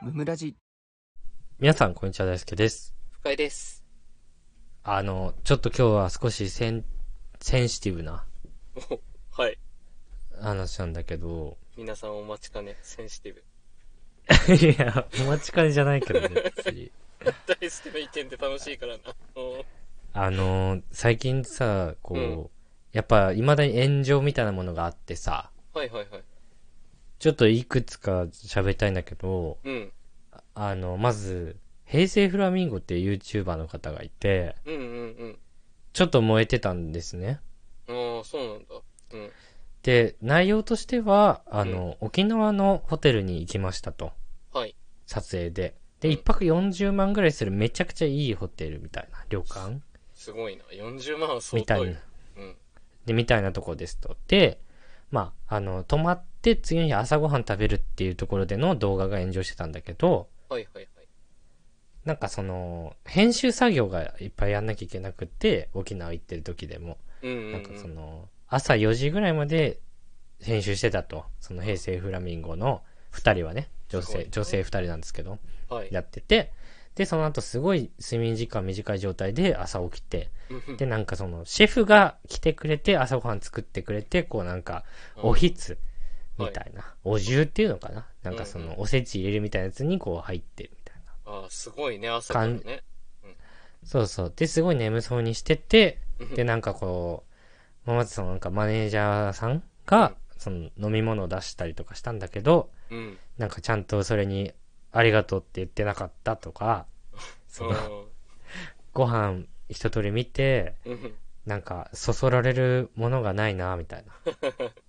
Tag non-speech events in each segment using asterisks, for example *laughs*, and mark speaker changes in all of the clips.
Speaker 1: ムムラジ
Speaker 2: 皆さん、こんにちは、大輔です。
Speaker 3: 深井です。
Speaker 2: あの、ちょっと今日は少しセン、センシティブな
Speaker 3: はい。
Speaker 2: 話なんだけど、
Speaker 3: 皆さんお待ちかね、センシティブ。
Speaker 2: *laughs*
Speaker 3: *laughs*
Speaker 2: いや、お待ちかねじゃないけどね、別に。
Speaker 3: 大好きな意見って楽しいからな。うん
Speaker 2: あの、最近さ、こう、
Speaker 3: うん
Speaker 2: やっぱ、未だに炎上みたいなものがあってさ、
Speaker 3: はいはいはい。
Speaker 2: ちょっといくつか喋りたいんだけど、
Speaker 3: うん。
Speaker 2: あの、まず、平成フラミンゴっていう YouTuber の方がいて、
Speaker 3: うんうん
Speaker 2: ちょっと燃えてたんですね。
Speaker 3: うん。ああ、そうなんだ。うん。
Speaker 2: で、内容としては、あの、沖縄のホテルに行きましたと。
Speaker 3: はい。
Speaker 2: 撮影で。で、
Speaker 3: うん
Speaker 2: 一泊40万ぐらいするめちゃくちゃいいホテルみたいな、旅館
Speaker 3: すごいな。40万は相
Speaker 2: みた
Speaker 3: 当
Speaker 2: い
Speaker 3: よ
Speaker 2: な。。
Speaker 3: うん。
Speaker 2: で、みたいなとこですと。で、まあ、あの、泊まって次の日朝ごはん食べるっていうところでの動画が炎上してたんだけど、
Speaker 3: はいはいはい。
Speaker 2: なんかその、編集作業がいっぱいやんなきゃいけなくて、沖縄行ってる時でも。
Speaker 3: うんうん、うん。
Speaker 2: なんかその、朝4時ぐらいまで編集してたと。その平成フラミンゴの2人はね、女
Speaker 3: すごい
Speaker 2: 性、
Speaker 3: な
Speaker 2: 女性2人なんですけど。
Speaker 3: はい。
Speaker 2: やってて、で、その後すごい睡眠時間短い状態で朝起きて、
Speaker 3: うん
Speaker 2: で、なんかその、シェフが来てくれて、朝ごはん作ってくれて、こうなんか、
Speaker 3: うん
Speaker 2: おひつ、みたいな、お重っていうのかななんかそ
Speaker 3: うん
Speaker 2: の、おせち入れるみたいなやつにこう入ってるみたいな。
Speaker 3: ああ、すごいね、朝からね。
Speaker 2: そうそう。で、すごい眠そうにしてて、
Speaker 3: うん
Speaker 2: で、なんかこう、まずそのなんかマネージャーさんが、その飲み物を出したりとかしたんだけど、
Speaker 3: うん。
Speaker 2: なんかちゃんとそれに、ありがとうって言ってなかったとか、その、ご飯一通り見て、
Speaker 3: うん。うん。
Speaker 2: なんか、そそられるものがないな、みたいな。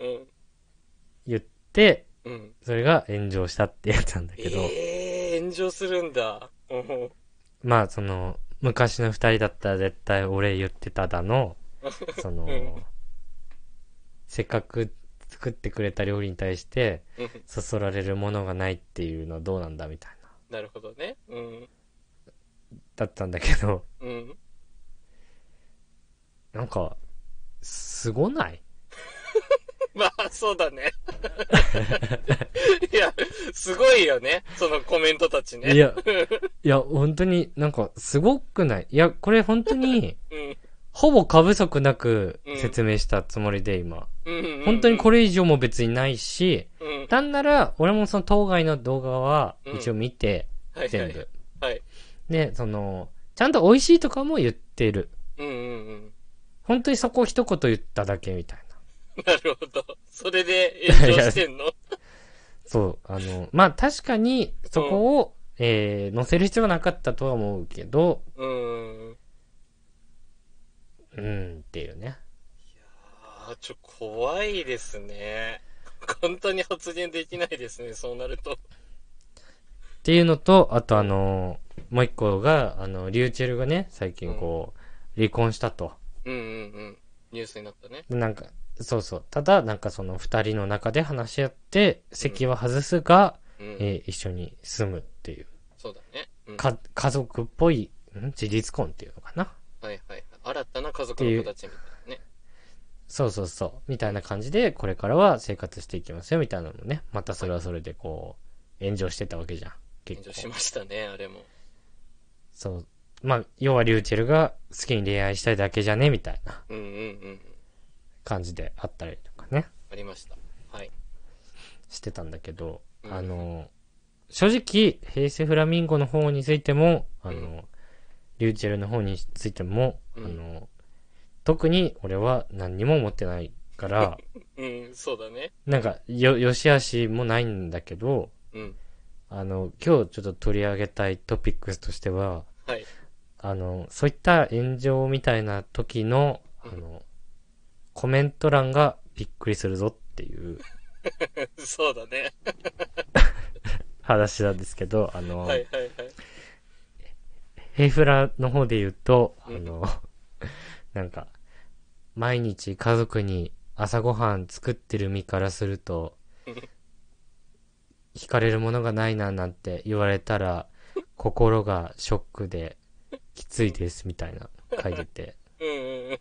Speaker 3: うん
Speaker 2: 言って、
Speaker 3: うん。
Speaker 2: それが炎上したってやつなんだけど、
Speaker 3: ええー、炎上するんだ。うん。
Speaker 2: まあ、その、昔の二人だったら絶対俺言ってただ
Speaker 3: *laughs*
Speaker 2: の、その、
Speaker 3: うん
Speaker 2: せっかく作ってくれた料理に対して、
Speaker 3: うん
Speaker 2: そそられるものがないっていうのはどうなんだ、みたいな。
Speaker 3: なるほどね。うん。
Speaker 2: だったんだけど、
Speaker 3: うん。
Speaker 2: なんか、すごない
Speaker 3: *laughs* まあ、そうだね。いや、すごいよね。そのコメントたちね。
Speaker 2: いや、いや、本当になんか、すごくないいや、これ本当
Speaker 3: *laughs*
Speaker 2: に、
Speaker 3: うん。
Speaker 2: ほぼ過不足なく説明したつもりで今。
Speaker 3: うんうんうん
Speaker 2: 本当にこれ以上も別にないし、
Speaker 3: うん。
Speaker 2: なんなら俺もその当該の動画は
Speaker 3: うん
Speaker 2: 一応見て、
Speaker 3: はい
Speaker 2: 全
Speaker 3: はい
Speaker 2: 部。
Speaker 3: はい。
Speaker 2: で、その、ちゃんと美味しいとかも言ってる。
Speaker 3: うんうんうん。
Speaker 2: 本当にそこ一言言っただけみたいな。
Speaker 3: なるほど。それで炎上し
Speaker 2: *laughs*
Speaker 3: てんの
Speaker 2: そう、あの、まあ確かにそこを、えー、載せる必要はなかったとは思うけど、
Speaker 3: うん。
Speaker 2: うんっていうね。
Speaker 3: ああ、ちょ、怖いですね。簡単に発言できないですね、そうなると。
Speaker 2: っていうのと、あとあのもう一個が、あの、リューチェルがね、最近こう、離婚したと。
Speaker 3: うんうんうん。ニュースになったね。
Speaker 2: でなんか、そうそう。ただ、なんかその二人の中で話し合って、席は外すが、
Speaker 3: うん。
Speaker 2: えー一緒に住むっていう。
Speaker 3: そうだね。うん。はい
Speaker 2: か、家族っぽい、ん自立婚っていうのかな。
Speaker 3: はいはい。新たな家族の子たちみたいなね。
Speaker 2: そうそうそう。みたいな感じで、これからは生活していきますよ、みたいなのもね。またそれはそれでこう、炎上してたわけじゃん。結
Speaker 3: 炎上し
Speaker 2: 構。
Speaker 3: ましたね、あれも。
Speaker 2: そう。まあ、要はリューチェルが好きに恋愛したいだけじゃね、みたいな
Speaker 3: うんうんうん。
Speaker 2: 感じであったりとかね。
Speaker 3: ありました。はい。
Speaker 2: してたんだけど、
Speaker 3: うん
Speaker 2: あの、正直、平成フラミンゴの方についても、あの、
Speaker 3: う
Speaker 2: リューチェルの方についても、
Speaker 3: うん
Speaker 2: あの、特に俺は何にも思ってない
Speaker 3: *laughs*
Speaker 2: から、
Speaker 3: うん、そうだね。
Speaker 2: なんか、よ、よしあしもないんだけど、
Speaker 3: うん。
Speaker 2: あの、今日ちょっと取り上げたいトピックスとしては、
Speaker 3: はい。
Speaker 2: *laughs* あの、そういった炎上みたいな時の、あの、コメント欄がびっくりするぞっていう
Speaker 3: そうだね。
Speaker 2: 話なんですけど、あの、
Speaker 3: はいはいはい。
Speaker 2: ヘイフラの方で言うと、あ
Speaker 3: うん
Speaker 2: の、 *laughs* なんか、毎日家族に朝ごはん作ってる身からすると
Speaker 3: うん、
Speaker 2: 惹かれるものがないななんて言われた
Speaker 3: *laughs*
Speaker 2: ら、心がショックできついですみたいな書いてて、
Speaker 3: うんうんうん。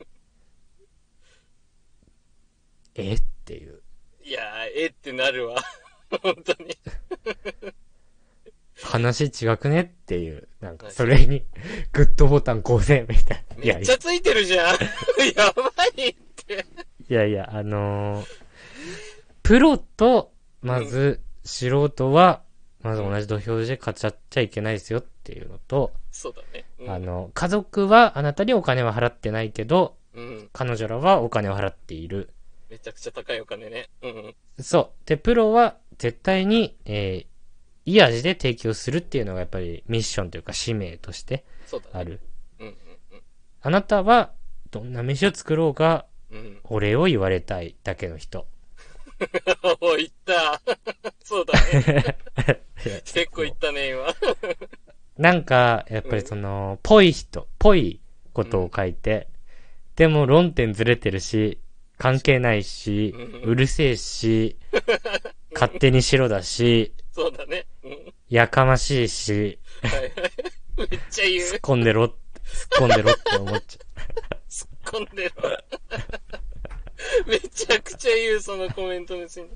Speaker 2: えっていう。
Speaker 3: *laughs* いやー、えってなるわ。本当に。
Speaker 2: 話違くねっていう、なんか
Speaker 3: はい
Speaker 2: それに、グッドボタン5せみたいな。い
Speaker 3: め
Speaker 2: や
Speaker 3: っ
Speaker 2: い
Speaker 3: ち
Speaker 2: や
Speaker 3: ゃ、ついてるじゃん。 *laughs* やばいって。
Speaker 2: いやいや、あのープロと、まず、素人は、まず同じ土俵で勝っちゃっちゃいけないですよっていうのと、
Speaker 3: そうだね。うん、
Speaker 2: あの、家族はあなたにお金は払ってないけど、
Speaker 3: うん。
Speaker 2: 彼女らはお金を払っている。
Speaker 3: めちゃくちゃ高いお金ね。うん。
Speaker 2: そう。で、プロは絶対に、えー、いい味で提供するっていうのがやっぱりミッションというか使命として
Speaker 3: そうだね。
Speaker 2: あ。る。
Speaker 3: うんうん
Speaker 2: あなたはどんな飯を作ろうが
Speaker 3: うん。うん。 *laughs*
Speaker 2: お礼を言われたいだけの人。
Speaker 3: お、いった。 *laughs* そうだ
Speaker 2: *laughs*
Speaker 3: ね。 *laughs* 結構いったね、今。 *laughs*
Speaker 2: なんか、やっぱりその、ぽい人、ぽいことを書いて、でも論点ずれてるし、関係ないし
Speaker 3: うん、
Speaker 2: うるせえし、勝手に白だし、
Speaker 3: そうだね。うん。
Speaker 2: やかましいし、
Speaker 3: はい *laughs* はい。めっちゃ言
Speaker 2: 突っ
Speaker 3: う。
Speaker 2: 込んでろ、突っ込んでろって思っちゃ
Speaker 3: 突っ込んでる。 *laughs* めちゃくちゃ言う、そのコメントのシーン。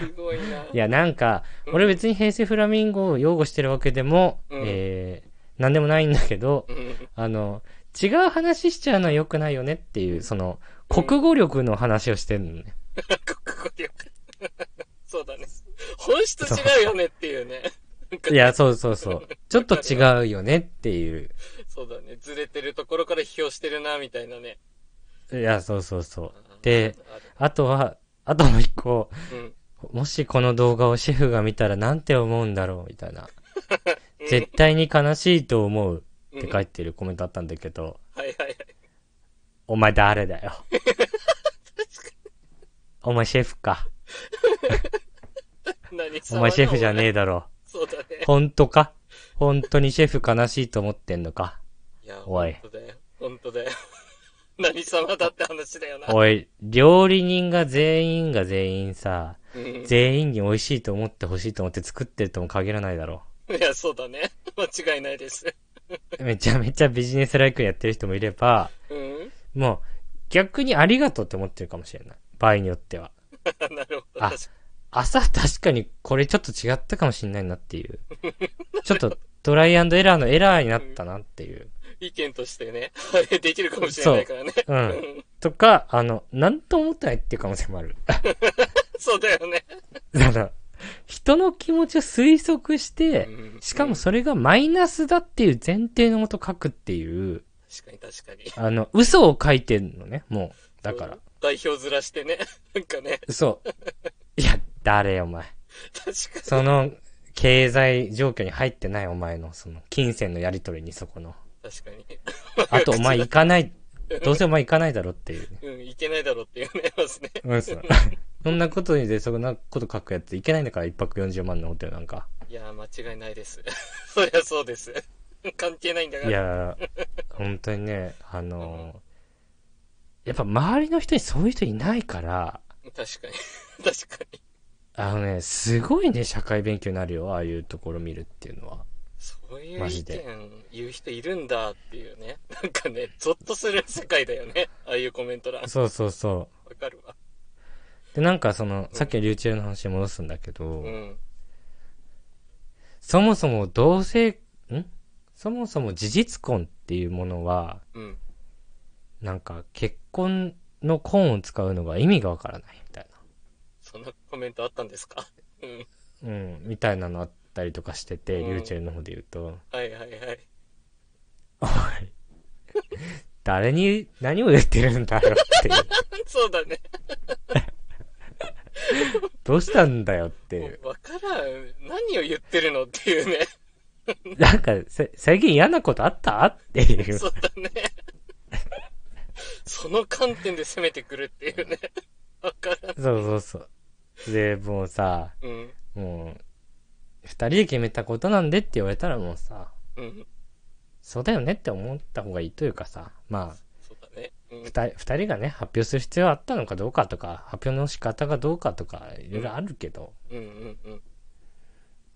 Speaker 3: すごいな。
Speaker 2: う。いや、なんか、俺別に平成フラミンゴを擁護してるわけでも、
Speaker 3: うん
Speaker 2: えー、なんでもないんだけど、
Speaker 3: うん。
Speaker 2: あの、違う話しちゃうのは良くないよねっていう、その、国語力の話をしてるのね。
Speaker 3: 国語力。 *laughs* そうだね。本質違うよねっていうね。
Speaker 2: *laughs* いや、そうそうそう。ちょっと違うよねっていう。
Speaker 3: そうだね。ずれてるところから批評してるな、みたいなね。
Speaker 2: いや、そうそうそう。
Speaker 3: で
Speaker 2: で、あとは、あともう一個、
Speaker 3: うん。
Speaker 2: もしこの動画をシェフが見たらなんて思うんだろうみたいな。
Speaker 3: うん
Speaker 2: 絶対に悲しいと思うって書
Speaker 3: はい
Speaker 2: いてるコメントあったんだけど、
Speaker 3: はいはい。
Speaker 2: お前誰だ
Speaker 3: *laughs*
Speaker 2: よ。お前シェフか。
Speaker 3: 何
Speaker 2: お前シェフじゃね
Speaker 3: え。
Speaker 2: えだろ。
Speaker 3: そうだね。
Speaker 2: 本当か本当にシェフ悲しいと思ってんのか
Speaker 3: いや、
Speaker 2: おい
Speaker 3: 本当だよ。本当だよ。 *laughs* 何様だって話だよな。
Speaker 2: おい、料理人が全員が全員さ、
Speaker 3: うん
Speaker 2: 全員に美味しいと思ってほしいと思って作ってるとも限らないだろ。
Speaker 3: いや、そうだね。間違いないです。
Speaker 2: めちゃめちゃビジネスライクにやってる人もいれば、
Speaker 3: うん。 *laughs*
Speaker 2: もう逆にありがとうって思ってるかもしれない。場合によっては。
Speaker 3: なるほど。
Speaker 2: あ
Speaker 3: 確か
Speaker 2: 朝確かにこれちょっと違ったかもしんないなっていう。ちょっとトライアンドエラーのエラーになったなっていう。
Speaker 3: に意見としてね。できるかもしれないからね。
Speaker 2: う。
Speaker 3: うんん。
Speaker 2: とか、あの、なんとも思ってないっていう可能性もある。 *laughs*
Speaker 3: そうだよね。
Speaker 2: だから、人の気持ちを推測して、
Speaker 3: うん
Speaker 2: しかもそれがマイナスだっていう前提のもと書くっていう、
Speaker 3: 確かに確かに。
Speaker 2: あの、嘘を書いてんのね、もう。だから。。
Speaker 3: 代表ずらしてね。 *laughs* なんかね、
Speaker 2: そう。いや、誰よ、お前。
Speaker 3: 確かに。
Speaker 2: その、経済状況に入ってないお前の、その、金銭のやり取りにそこの。
Speaker 3: 確かに。
Speaker 2: あと、お前行かない、どうせお前行かないだろっていうね。
Speaker 3: うん、いけないだろうっていうね、ますね。 *laughs*
Speaker 2: うん、そう。 *laughs* そんなことにで、そんなこと書くやつ、行けないんだから、一泊40万のホテルなんか。
Speaker 3: いやー、間違いないです。 *laughs* そりゃそうです。 *laughs* 関係ないんだか
Speaker 2: い
Speaker 3: ら。
Speaker 2: やー、本当にね、あのーやっぱ周りの人にそういう人いないから、
Speaker 3: 確かに。 *laughs* 確かに。
Speaker 2: あのね、すごいね、社会勉強になるよ、ああいうところ見るっていうのは。
Speaker 3: そういう
Speaker 2: マ
Speaker 3: 意
Speaker 2: ジで
Speaker 3: 見言う人いるんだっていうね。 *laughs* なんかね、ゾッとする世界だよね。 *laughs* ああいうコメント欄。わ
Speaker 2: そうそうそ
Speaker 3: かるわ。
Speaker 2: う。で、なんかその、さっきのリューチェルの話に戻すんだけど、
Speaker 3: うん。
Speaker 2: そもそも同性、んそもそも事実婚っていうものは、
Speaker 3: うん。
Speaker 2: なんか結婚の婚を使うのが意味がわからないみたい
Speaker 3: そんなコメントあったんですか *laughs* うん。
Speaker 2: な。うん、みたいなのあったりとかしてて、
Speaker 3: うん
Speaker 2: リューチェルの方で言うと、
Speaker 3: はいはいはい。 *laughs*
Speaker 2: 誰に何を言ってるんだろうっていう。 *laughs*
Speaker 3: そうだね。
Speaker 2: どうしたんだよってい
Speaker 3: も
Speaker 2: う。
Speaker 3: うわからん。何を言ってるのっていうね。
Speaker 2: なんか、さ最近嫌なことあったっていう。
Speaker 3: そうだね。その観点で攻めてくるっていうね。わからん。
Speaker 2: そうそうそう。で、もうさ、
Speaker 3: うん。
Speaker 2: もう、二人で決めたことなんでって言われたらもうさ、
Speaker 3: うん。
Speaker 2: そうだよねって思った方がいいというかさ、まあ、
Speaker 3: そうだね。うん。
Speaker 2: 二人二人がね、発表する必要あったのかどうかとか、発表の仕方がどうかとか、いろいろあるけど、
Speaker 3: うんうんうん。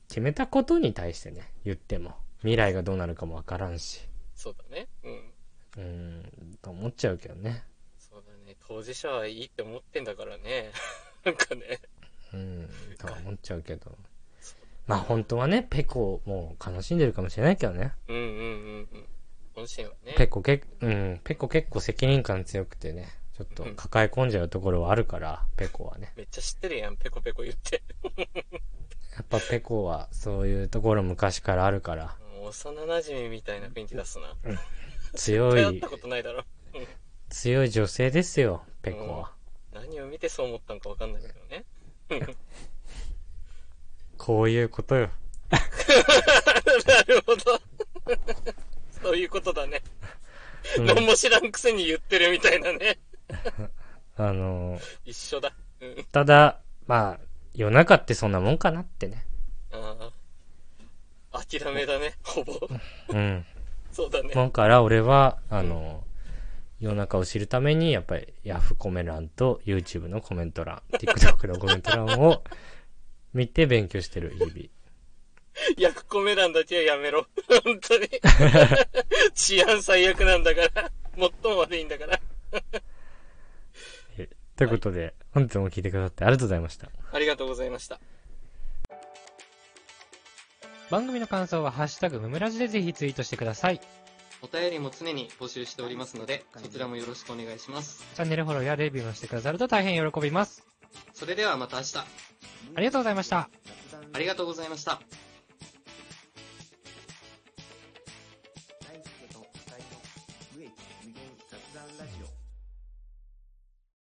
Speaker 2: 決めたことに対してね、言っても、未来がどうなるかもわからんし、
Speaker 3: そうだね。うん。
Speaker 2: うーん、と思っちゃうけどね。
Speaker 3: そうだね。当事者はいいって *laughs* 思ってんだからね。なんかね。
Speaker 2: うん、と思っちゃうけど。まあ本当はね、ペコも悲しんでるかもしれないけどね。
Speaker 3: うんうんうんうん。本心はね
Speaker 2: ペ。コけ、うん、ペコ結構責任感強くてね、ちょっと抱え込んじゃうところはあるから、ペコはね。
Speaker 3: めっちゃ知ってるやん、ペコペコ言って。
Speaker 2: やっぱペコはそういうところ昔からあるから、
Speaker 3: もう幼馴染みみたいな雰囲気出すな。
Speaker 2: 強
Speaker 3: 頼
Speaker 2: *laughs*
Speaker 3: っ
Speaker 2: い
Speaker 3: た、ことないだろ。
Speaker 2: 強い女性ですよ、ペコは。
Speaker 3: 何を見てそう思ったのかわかんないけどね。 *laughs*
Speaker 2: こういうことよ。
Speaker 3: なるほど。 *laughs* そういうことだね。
Speaker 2: うん
Speaker 3: 何も知らんくせに言ってるみたいなね。
Speaker 2: あのー、
Speaker 3: 一緒だ。うん。
Speaker 2: ただ、まあ、夜中ってそんなもんかなってね。
Speaker 3: ああ。諦めだね、ほぼ。
Speaker 2: うん。
Speaker 3: そうだね。
Speaker 2: だから俺は、あの、世の中を知るために、やっぱりヤフコメ欄と YouTube のコメント欄、TikTok のコメント欄を見て勉強してる日々。
Speaker 3: ヤフコメ欄だけはやめろ。本当
Speaker 2: *laughs*
Speaker 3: に。治安最悪なんだから。最も悪いんだから。
Speaker 2: えということで、本日も聞いてくださってありがとうございました。
Speaker 3: ありがとうございました。
Speaker 2: 番組の感想は、ハッシュタグムムラジでぜひツイートしてください。チ
Speaker 1: お便りも常に募集しておりますので、そちらもよろしくお願いします。
Speaker 2: ャンネルフォローやレビューもしてくださると大変喜びます。
Speaker 1: それではまた明日、
Speaker 2: ありがとうございました。
Speaker 1: ありがとうございました。